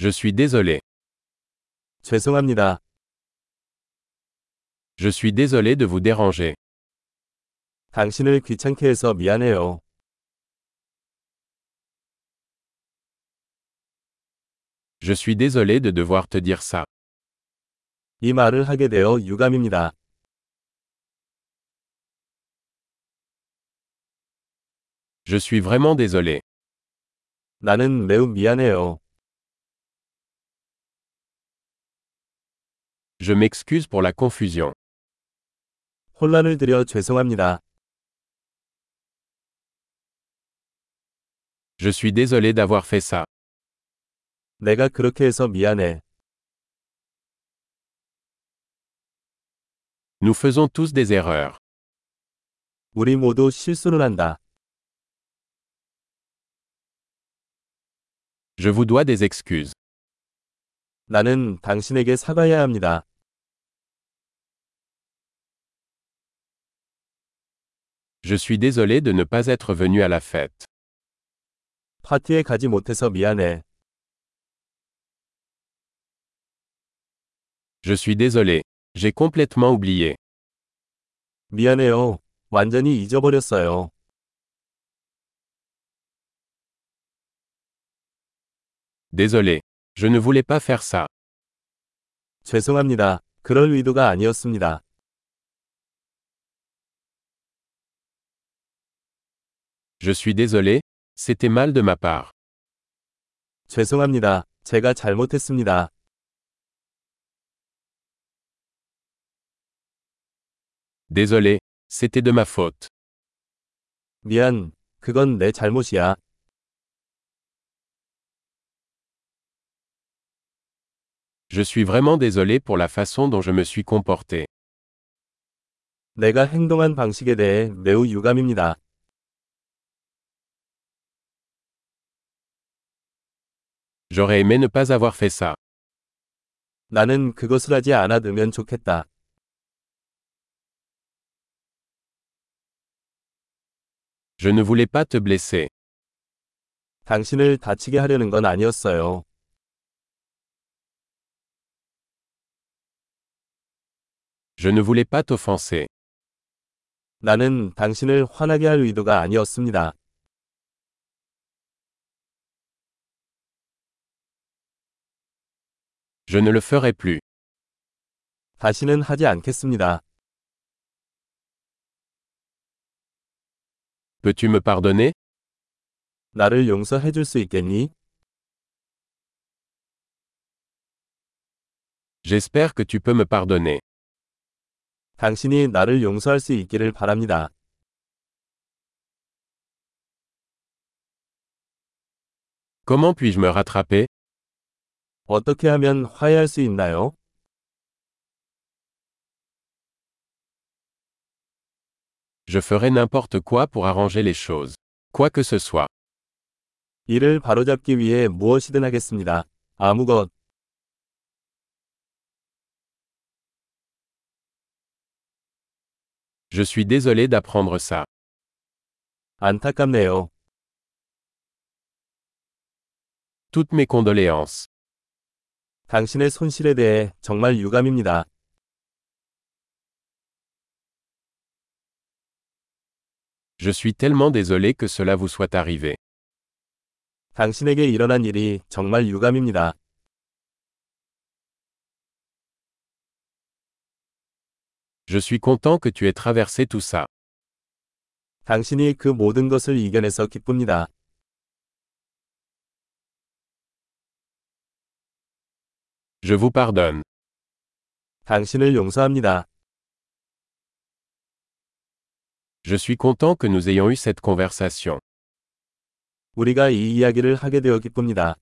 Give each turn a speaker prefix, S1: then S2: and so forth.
S1: Je suis désolé.
S2: 죄송합니다.
S1: Je suis désolé de vous déranger.
S2: 당신을 귀찮게 해서 미안해요.
S1: Je suis désolé de devoir te dire ça.
S2: 이 말을 하게 되어 유감입니다.
S1: Je suis vraiment désolé.
S2: 나는 매우 미안해요.
S1: Je m'excuse pour la confusion.
S2: 혼란을 드려 죄송합니다.
S1: Je suis désolé d'avoir fait ça.
S2: 내가 그렇게 해서 미안해.
S1: Nous faisons tous des erreurs.
S2: 우리 모두 실수를 한다.
S1: Je vous dois des excuses.
S2: 나는 당신에게 사과해야 합니다.
S1: Je suis désolé de ne pas être venu à la fête.
S2: 파티에 가지 못해서 미안해.
S1: Je suis désolé. J'ai complètement oublié.
S2: 미안해요. 완전히 잊어버렸어요.
S1: Désolé. Je ne voulais pas faire ça.
S2: 죄송합니다. 그럴 의도가 아니었습니다.
S1: Je suis désolé. C'était mal de ma part.
S2: 죄송합니다. 제가 잘못했습니다.
S1: Désolé. C'était de ma faute.
S2: 미안. 그건 내 잘못이야.
S1: Je suis vraiment désolé pour la façon dont je me suis comporté.
S2: 내가 행동한 방식에 대해 매우 유감입니다.
S1: J'aurais aimé ne pas avoir fait ça.
S2: 나는 그것을 하지 않아두면 좋겠다.
S1: Je ne voulais pas te blesser.
S2: 당신을 다치게 하려는 건 아니었어요.
S1: Je ne voulais pas t'offenser.
S2: 나는 당신을 화나게 할 의도가 아니었습니다.
S1: Je ne le ferai plus.
S2: 다시는 하지 않겠습니다.
S1: Peux-tu me pardonner
S2: 나를 용서해 줄 수 있겠니?
S1: J'espère que tu peux me pardonner.
S2: 당신이 나를 용서할 수 있기를 바랍니다.
S1: Comment puis-je me rattraper
S2: 어떻게 하면 화해할 수 있나요?
S1: Je ferai n'importe quoi pour arranger les choses. Quoi que ce soit.
S2: 이를 바로잡기 위해 무엇이든 하겠습니다. 아무것,
S1: Je suis désolé d'apprendre ça.
S2: 안타깝네요.
S1: Toutes mes condoléances.
S2: 당신의 손실에 대해 정말 유감입니다.
S1: Je suis tellement désolé que cela vous soit arrivé.
S2: 당신에게 일어난 일이 정말 유감입니다.
S1: Je suis content que tu aies traversé tout ça.
S2: 당신이 그 모든 것을 이겨내서 기쁩니다.
S1: Je vous pardonne.
S2: 당신을 용서합니다.
S1: Je suis content que nous ayons eu cette conversation.
S2: 우리가 이 이야기를 하게 되어 기쁩니다.